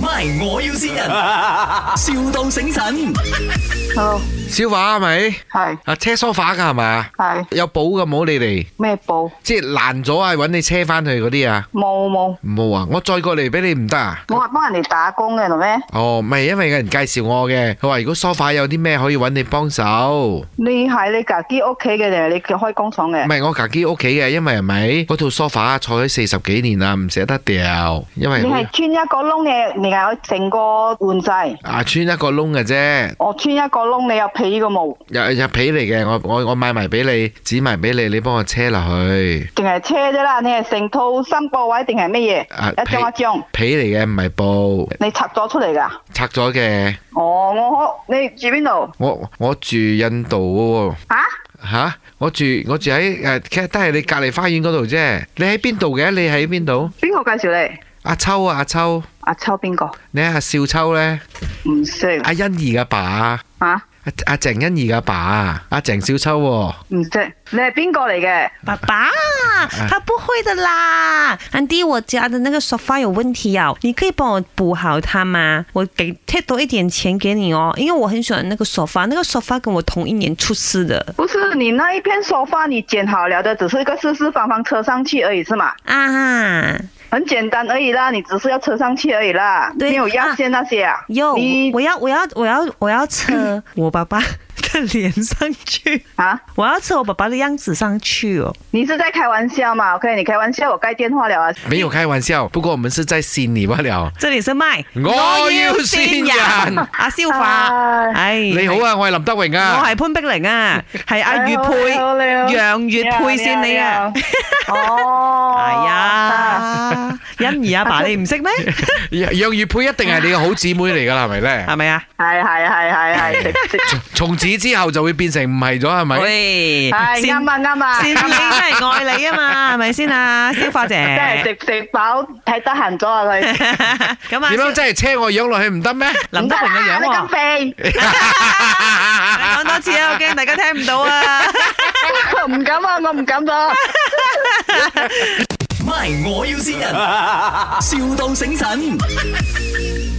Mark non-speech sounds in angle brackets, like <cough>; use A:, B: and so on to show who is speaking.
A: MY，我要先人，, <laughs> 笑到醒神。
B: 好
C: 小華係咪？
B: 係
C: 啊，車梳化㗎係嘛？
B: 係
C: 有保㗎冇你哋？
B: 咩布？
C: 即係爛咗啊，揾你車翻去嗰啲啊？
B: 冇冇，
C: 冇啊，我再過嚟俾你唔得啊？
B: 我係幫人哋打工嘅，係咩？
C: 哦，唔係因為有人介紹我嘅，佢話如果梳化有啲咩可以揾你幫手。
B: 你係你自己屋企嘅定係你開工廠
C: 唔
B: 嘅？
C: 係我自己屋企嘅，因為係咪嗰套 sofa 坐咗四十幾年啦，唔捨得掉，因為
B: 你係穿一個窿嘅，你係我成個換晒。
C: 啊穿一個窿嘅啫，
B: 我穿一個窿，你又被個毛，
C: 有有皮嚟嘅，我我我買埋俾你，剪埋俾你，你幫我車落去。
B: 定係車啫啦？你係成套三個位定係乜
C: 啊
B: 嘢？一張一張，
C: 皮嚟嘅，唔係布，
B: 你拆咗出嚟㗎？
C: 拆咗嘅。
B: 哦，我可你住邊度？啊
C: 我我住印度喎、
B: 吓、
C: 吓、我住我住喺誒，其實都係你隔離花園嗰度啫。你喺邊度嘅？你喺邊度？
B: 邊個介紹你？
C: 阿秋啊，阿秋，
B: 阿秋邊個？
C: 你係阿少秋呢？
B: 唔識
C: 阿欣怡嘅爸啊，
B: 吓，
C: 阿阿鄭欣怡嘅爸啊，阿鄭少秋喎、
B: 唔識。你係邊個嚟嘅？
D: 爸爸，他不会的啦。安迪，我家的那个沙发有问题哦，你可以帮我补好它吗？我给贴多一点钱给你哦，因为我很喜欢那个沙发，那个沙发跟我同一年出世的
B: 不是你那一片沙发，你剪好了的，只是一个四四方方车上去而已，是吗？
D: 啊。
B: 很简单而已啦，你只是要车上去而已啦，
D: 对
B: 没有压线那些啊。
D: 哟，
B: 你
D: 我要我要我要我要扯我爸爸的脸上去，
B: 啊，
D: 我要扯我爸爸的样子上去哦。
B: 你是在开玩笑嘛？OK，你开玩笑，我盖电话了啊。
C: 没有开玩笑，不过我们是在悉尼不了。
D: 这里是麦，
C: 我要先人
D: 阿消化，哎，
C: 你好啊，我系林德荣
D: 我
C: 啊
D: 係潘碧玲
B: <laughs>
D: 啊，係阿
B: 你
D: 月
B: 好
D: 配
B: 你好你好
D: 楊月配先你啊，哎
B: 你
D: <laughs>
B: 好！你好哦，
D: 係，啊，欣怡
B: <laughs>
D: 阿爸你唔識咩？
C: 杨月佩一定係你嘅好姊妹嚟㗎啦，係咪咧？
D: 係咪 <laughs> 啊？
B: 哎系系系系系，食食
C: 從此之後就會變成唔係咗，係咪？
D: 喂， <laughs>
B: 系啱啊啱啊，
D: 善你真係愛你啊嘛，係咪先啊，消化姐？
B: 即系食食饱睇得闲咗
D: <laughs>
B: 啊佢。
D: 咁啊，
C: 點樣真係車我樣落去唔得
D: <laughs>
C: 咩？
D: 林德榮嘅樣
B: 唔得啦你咁
D: 喎，
B: 肥，
D: 你講多次啊，我驚大家聽唔到啊。
B: 哎我唔敢啊，我唔敢咗。
A: MY，我要先人，,笑到醒神。